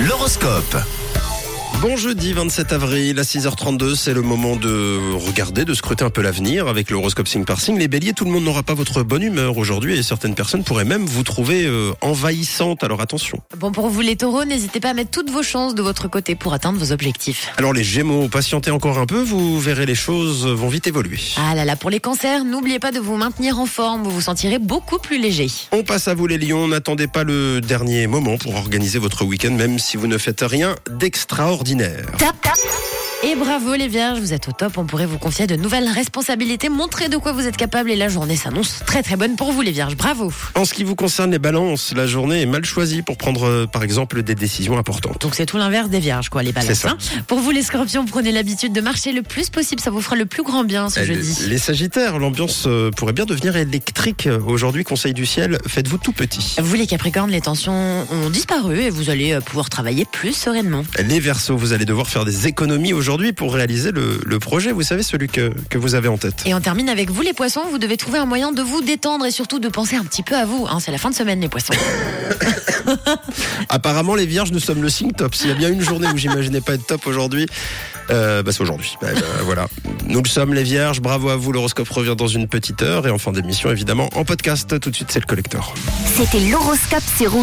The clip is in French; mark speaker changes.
Speaker 1: L'horoscope.
Speaker 2: Bon jeudi 27 avril à 6h32, c'est le moment de regarder, de scruter un peu l'avenir avec l'horoscope signe par signe. Les béliers, tout le monde n'aura pas votre bonne humeur aujourd'hui et certaines personnes pourraient même vous trouver euh, envahissante, alors attention.
Speaker 3: Bon, pour vous les taureaux, n'hésitez pas à mettre toutes vos chances de votre côté pour atteindre vos objectifs.
Speaker 2: Alors les gémeaux, patientez encore un peu, vous verrez les choses vont vite évoluer.
Speaker 3: Ah là là, pour les cancers, n'oubliez pas de vous maintenir en forme, vous vous sentirez beaucoup plus léger.
Speaker 2: On passe à vous les lions, n'attendez pas le dernier moment pour organiser votre week-end même si vous ne faites rien d'extraordinaire.
Speaker 3: Tap, tap. Et bravo les vierges, vous êtes au top, on pourrait vous confier de nouvelles responsabilités, montrer de quoi vous êtes capable et la journée s'annonce très très bonne pour vous les vierges, bravo.
Speaker 2: En ce qui vous concerne les balances, la journée est mal choisie pour prendre euh, par exemple des décisions importantes.
Speaker 3: Donc c'est tout l'inverse des vierges quoi, les
Speaker 2: C'est
Speaker 3: balances.
Speaker 2: ça.
Speaker 3: hein. Pour vous les scorpions, prenez l'habitude de marcher le plus possible, ça vous fera le plus grand bien ce
Speaker 2: Eh,
Speaker 3: jeudi.
Speaker 2: Les, les Sagittaires, l'ambiance euh, pourrait bien devenir électrique euh, aujourd'hui. Conseil du ciel, faites-vous tout petit.
Speaker 3: Vous les Capricornes, les tensions ont disparu et vous allez euh, pouvoir travailler plus sereinement.
Speaker 2: Les Verseaux, vous allez devoir faire des économies aujourd'hui pour réaliser le, le projet. Vous savez celui que, que vous avez en tête.
Speaker 3: Et on termine avec vous les Poissons, vous devez trouver un moyen de vous détendre et surtout de penser un petit peu à vous. hein. C'est la fin de semaine les Poissons.
Speaker 2: Apparemment, les Vierges, nous sommes le signe top. S'il y a bien une journée où j'imaginais pas être top aujourd'hui, euh, bah, c'est aujourd'hui. Eh ben, voilà, nous le sommes les Vierges. Bravo à vous. L'horoscope revient dans une petite heure et en fin d'émission évidemment en podcast. Tout de suite, c'est le collector.
Speaker 4: C'était l'horoscope sur Rouge.